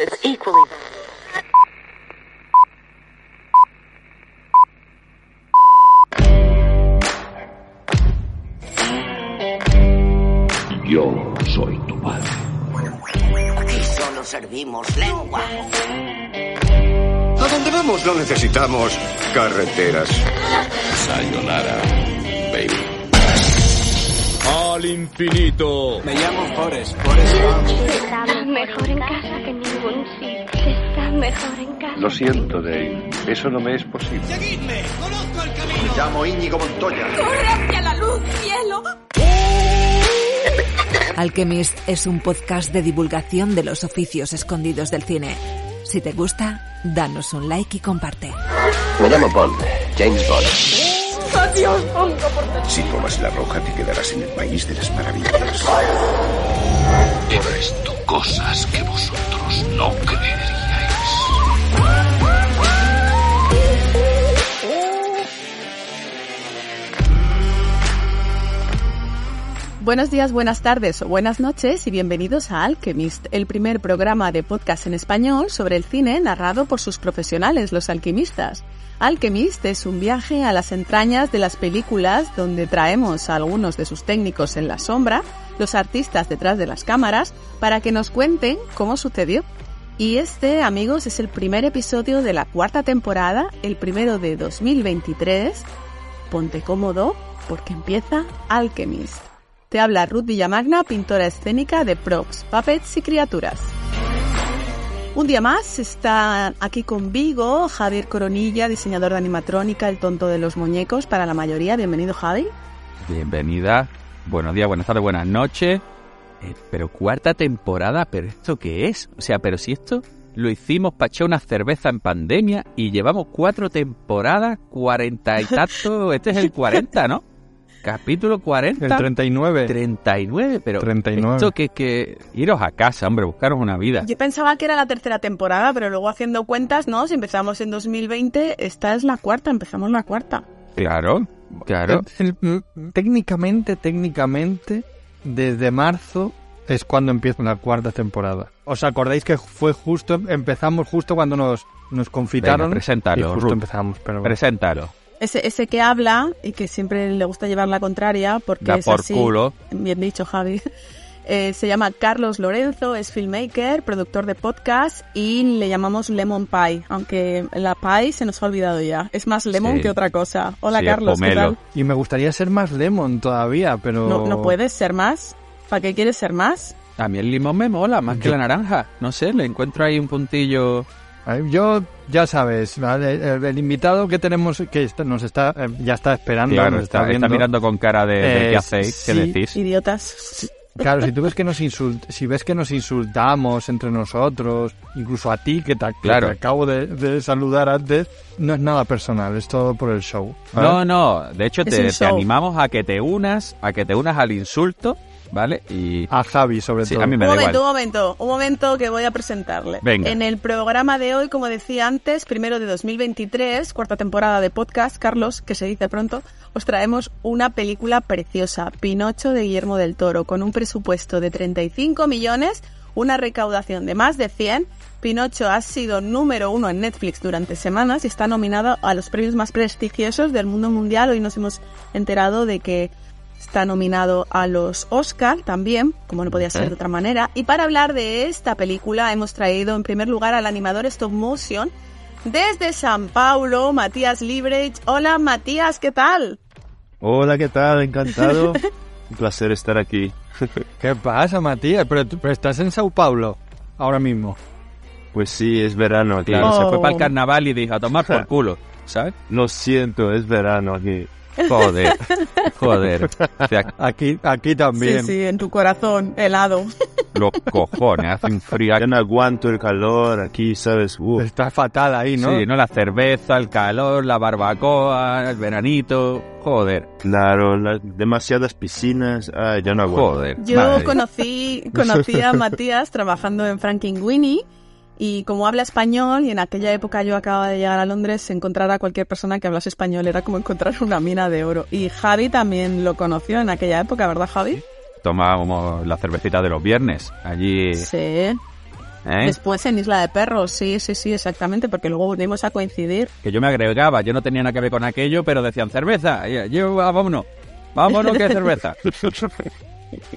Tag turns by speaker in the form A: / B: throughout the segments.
A: It's equally.
B: Yo soy tu padre.
C: Aquí solo servimos lengua.
D: A donde vamos no necesitamos carreteras.
B: Sayonara, baby.
E: Al infinito.
F: Me llamo Forrest. Forrest
G: Está mejor en casa que en ningún sitio. Está mejor en casa.
B: Lo siento, Dave. Eso no me es posible.
H: ¡Seguidme! ¡Conozco el camino!
I: Me llamo Íñigo Montoya.
J: ¡Corre hacia la luz, cielo!
K: Alchemist es un podcast de divulgación de los oficios escondidos del cine. Si te gusta, danos un like y comparte.
L: Me llamo Bond, James Bond.
M: Dios, hongo, por
N: si tomas la roja, te quedarás en el país de las maravillas.
B: He visto cosas que vosotros no creeríais.
O: Buenos días, buenas tardes o buenas noches y bienvenidos a Alchemist, el primer programa de podcast en español sobre el cine narrado por sus profesionales, los alquimistas. Alchemist es un viaje a las entrañas de las películas donde traemos a algunos de sus técnicos en la sombra, los artistas detrás de las cámaras, para que nos cuenten cómo sucedió. Y este, amigos, es el primer episodio de la cuarta temporada, el primero de 2023. Ponte cómodo porque empieza Alchemist. Te habla Ruth Villamagna, pintora escénica de props, puppets y criaturas. Un día más está aquí conmigo Javier Coronilla, diseñador de animatrónica, el tonto de los muñecos para la mayoría. Bienvenido, Javi.
P: Bienvenida. Buenos días, buenas tardes, buenas noches. Eh, pero cuarta temporada, ¿pero esto qué es? O sea, pero si esto lo hicimos para echar una cerveza en pandemia y llevamos cuatro temporadas, cuarenta y tanto. este es el cuarenta, ¿no? Capítulo 40.
Q: El 39.
P: 39, pero
Q: 39.
P: esto que, que iros a casa, hombre, buscaros una vida.
O: Yo pensaba que era la tercera temporada, pero luego haciendo cuentas, no, si empezamos en 2020, esta es la cuarta, empezamos la cuarta.
P: Claro, claro.
R: Eh,
Q: Técnicamente, técnicamente, desde marzo es cuando empieza la cuarta temporada. ¿Os acordáis que fue justo, empezamos justo cuando nos, nos confitaron?
P: Venga, preséntalo,
Q: y justo
P: Ruth.
Q: empezamos, pero bueno.
P: Preséntalo.
O: Ese, ese, que habla y que siempre le gusta llevar la contraria porque
P: da
O: es
P: por
O: así.
P: Culo.
O: Bien dicho, Javi. Eh, se llama Carlos Lorenzo, es filmmaker, productor de podcast y le llamamos Lemon Pie, aunque la pie se nos ha olvidado ya. Es más lemon
P: Sí.
O: que otra cosa. Hola
P: Sí, es
O: Carlos, ¿qué
P: pomelo.
O: tal?
Q: Y me gustaría ser más Lemon todavía, pero...
O: No, no puedes ser más. ¿Para qué quieres ser más?
P: A mí el limón me mola más que
Q: Yo-
P: la naranja. No sé, le encuentro ahí un puntillo.
Q: Ay, Yo, ya sabes, ¿vale? el, el invitado que tenemos, que está- nos está, eh, ya está esperando,
P: Claro,
Q: nos está,
P: está, está
Q: viendo.
P: mirando con cara de, de
Q: Eh,
P: qué hacéis,
Q: sí.
P: qué decís.
O: Idiotas.
Q: Claro, si tú ves que nos insult- si ves que nos insultamos entre nosotros, incluso a ti que te, que
P: Claro.
Q: te acabo de, de saludar antes, no es nada personal, es todo por el show. ¿vale?
P: No, no, de hecho
O: Es
P: te,
O: un
P: te
O: show.
P: animamos a que te unas, a que te unas al insulto, ¿vale? Y
Q: A Javi sobre
P: sí,
Q: todo.
P: a mí me
O: Un
P: da
O: momento,
P: igual.
O: un momento, un momento que voy a presentarle.
P: Venga.
O: En el programa de hoy, como decía antes, primero de 2023, cuarta temporada de podcast, Carlos, que se dice pronto, os traemos una película preciosa, Pinocho de Guillermo del Toro, con un presupuesto de 35 millones, una recaudación de más de 100. Pinocho ha sido número uno en Netflix durante semanas y está nominado a los premios más prestigiosos del mundo mundial. Hoy nos hemos enterado de que Está nominado a los Oscar también, como no podía ser de otra manera. Y para hablar de esta película hemos traído en primer lugar al animador stop motion desde San Paulo, Matías Librech. Hola Matías, ¿qué tal?
R: Hola, ¿qué tal? Encantado. Un placer estar aquí.
Q: ¿Qué pasa, Matías? Pero, tú- pero estás en Sao Paulo ahora mismo.
R: Pues sí, es verano aquí.
P: Claro, se
O: Oh.
P: fue para el carnaval y dijo a tomar por culo, ¿sabes?
R: Lo siento, es verano aquí.
P: Joder, joder. O sea,
Q: aquí, aquí también.
O: Sí, sí, en tu corazón, helado.
P: Los cojones, hace un frío.
R: Yo no aguanto el calor aquí, ¿sabes?
Q: Uh. Está fatal ahí, ¿no?
P: Sí, ¿no? La cerveza, el calor, la barbacoa, el veranito. Joder.
R: Claro, las demasiadas piscinas. Ay, yo no aguanto.
P: Joder.
O: Ah, Yo madre. conocí, conocí a Matías trabajando en Frankenweenie. Y como habla español, y en aquella época yo acababa de llegar a Londres, encontrar a cualquier persona que hablase español era como encontrar una mina de oro. Y Javi también lo conoció en aquella época, ¿verdad, Javi?
P: Tomábamos la cervecita de los viernes allí.
O: Sí. ¿Eh? Después en Isla de Perros, sí, sí, sí, exactamente, porque luego volvimos a coincidir.
P: Que yo me agregaba, yo no tenía nada que ver con aquello, pero decían cerveza. Yo, ah, vámonos, vámonos que cerveza.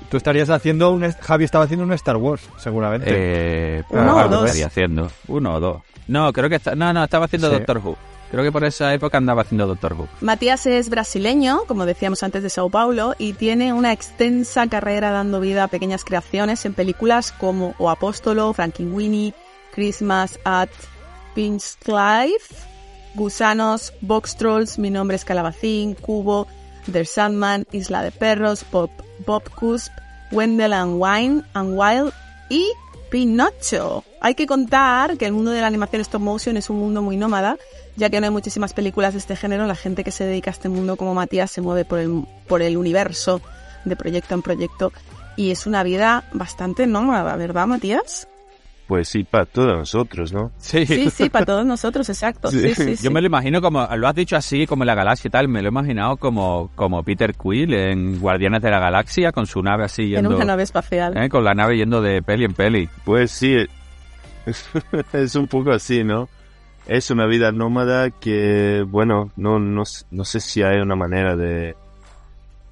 Q: Tú estarías haciendo un... Javi estaba haciendo un Star Wars, seguramente. Ah,
P: Eh, uno o dos. Estaría haciendo. Uno o dos. No, creo que... Está, no, no, estaba haciendo sí. Doctor Who. Creo que por esa época andaba haciendo Doctor Who.
O: Matías es brasileño, como decíamos antes de Sao Paulo, y tiene una extensa carrera dando vida a pequeñas creaciones en películas como O Apóstolo, Frankenweenie, Christmas at Pinchcliffe, Gusanos, Box Trolls, Mi Nombre es Calabacín, Cubo, The Sandman, Isla de Perros, Pop Bob Cusp, Wendell and Wine and Wild y Pinocho. Hay que contar que el mundo de la animación stop motion es un mundo muy nómada, ya que no hay muchísimas películas de este género. La gente que se dedica a este mundo como Matías se mueve por el, por el universo de proyecto en proyecto y es una vida bastante nómada, ¿verdad, Matías?
R: Pues sí, para todos nosotros, ¿no?
O: Sí, sí, sí para todos nosotros, exacto. Sí. Sí, sí,
P: Yo me lo imagino como, lo has dicho así, como en la galaxia y tal, me lo he imaginado como, como Peter Quill en Guardianes de la Galaxia, con su nave así yendo...
O: En una nave espacial.
P: ¿eh? Con la nave yendo de peli en peli.
R: Pues sí, es un poco así, ¿no? Es una vida nómada que, bueno, no, no, no sé si hay una manera de,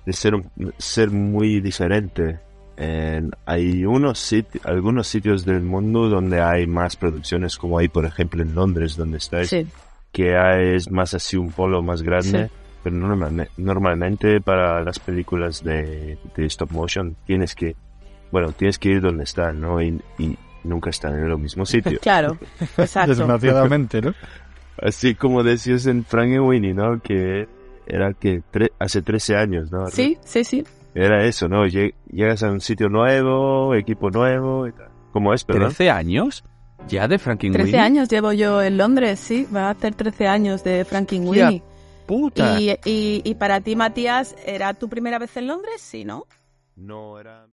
R: de ser, un, ser muy diferente. En, hay unos siti algunos sitios del mundo donde hay más producciones, como hay por ejemplo en Londres, donde
P: ¿Eh?
R: estáis, sí. que hay, es más así un polo más grande. Sí. Pero normal normalmente para las películas de, de, stop motion tienes que, bueno, tienes que ir donde están, ¿no? Y, y nunca están en el mismo sitio.
O: claro, exacto.
Q: Desgraciadamente, ¿no?
R: Así como decías en Frank y Winnie, ¿no? Que era que tre hace 13 años, ¿no?
O: Sí, sí, sí
R: era eso, ¿no? Llegas a un sitio nuevo, equipo nuevo y tal. ¿Cómo es, perdón?
P: ¿13 años? ¿Ya de Frankenweenie?
O: 13 años llevo yo en Londres, sí. Va a hacer 13 años de Frankenweenie.
P: puta!
O: Y, y, y, para ti, Matías, ¿era tu primera vez en Londres? Sí, ¿no?
R: No, era...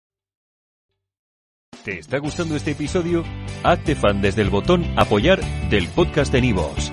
F: ¿Te está gustando este episodio? Hazte fan desde el botón Apoyar del podcast de Nivos.